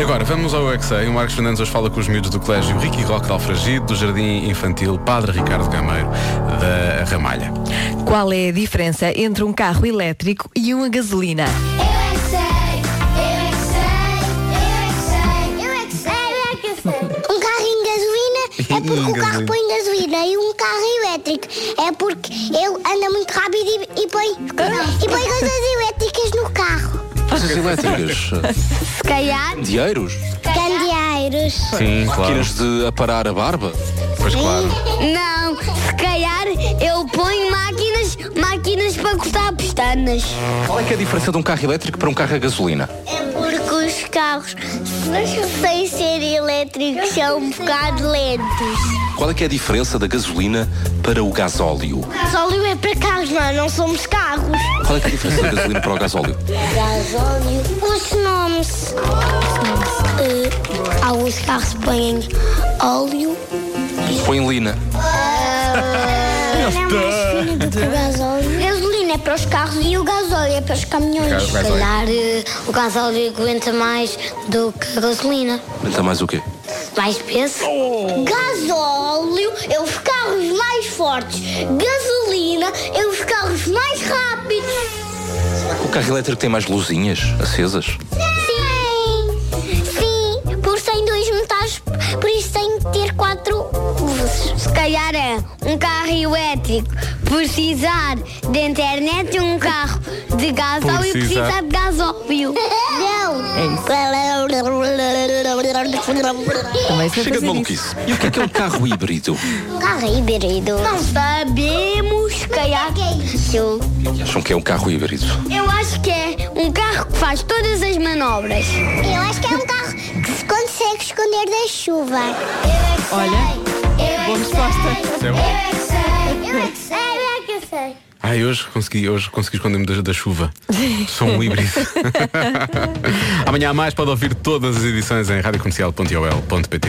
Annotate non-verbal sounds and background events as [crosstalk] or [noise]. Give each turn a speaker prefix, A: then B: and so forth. A: Agora, vamos ao UXA. O Marcos Fernandes hoje fala com os miúdos do Colégio Ricky Rock de Alfragido, do Jardim Infantil Padre Ricardo Gameiro, da Ramalha.
B: Qual é a diferença entre um carro elétrico e um a gasolina?
C: Eu é que sei, eu é que sei, eu é que sei, eu é que sei, eu é que sei, eu é que sei. Um carro em gasolina é porque o carro põe gasolina e um carro elétrico é porque ele anda muito rápido e, e põe e põe coisas elétricas no carro.
D: Coisas elétricas.
C: Se calhar,
D: Dieiros.
C: candeeiros.
A: Sim,
D: Máquinas de aparar a barba.
A: Pois claro.
C: Não, se calhar eu ponho máquinas, máquinas para cortar pestanas.
D: Qual é que é a diferença de um carro elétrico para um carro a gasolina?
C: É porque os carros, sem ser elétricos, são um bocado lentos.
D: Qual é que é a diferença da gasolina para o gasóleo?
C: Gasóleo é para carros, não, não somos carros.
D: Qual é que é a diferença da gasolina para o gasóleo?
C: Gasóleo. Os nomes. Eh, alguns carros põem óleo.
D: Põe lina.
C: Gasolina é mais fino do que o gasóleo. Gasolina é para os carros e o gasóleo é para os caminhões. eh,
A: Ga- gasóleo. Se calhar,
C: o gasóleo aguenta mais do que a gasolina.
D: Então mais o quê?
C: mais peso. Gasóleo é os carros mais fortes. Gasolina é os carros mais rápidos.
D: O carro elétrico tem mais luzinhas acesas.
C: Sim. Sim, por tem dois metais, por isso tem que ter quatro luzes. Se calhar é um carro elétrico precisar de internet e um carro de gasóleo
A: Precisar.
C: precisar de É gasóleo. Não.
B: Também sei
D: Chega de
B: fazer
D: maluquice. E o que é que é um carro híbrido?
C: Carro híbrido. Não sabemos, se calhar. Eu,
D: O que acham que é um carro híbrido?
C: eu acho que é um carro que faz todas as manobras. Eu acho que é um carro que se consegue esconder da chuva. é
B: Olha, boa resposta.
C: Eu é que sei, eu é que sei, eu é que sei.
A: Ai, hoje consegui, hoje consegui esconder-me da, da [laughs] chuva. Sou um híbrido. [laughs] Amanhã há mais, pode ouvir todas as edições em radiocomercial.ol.pt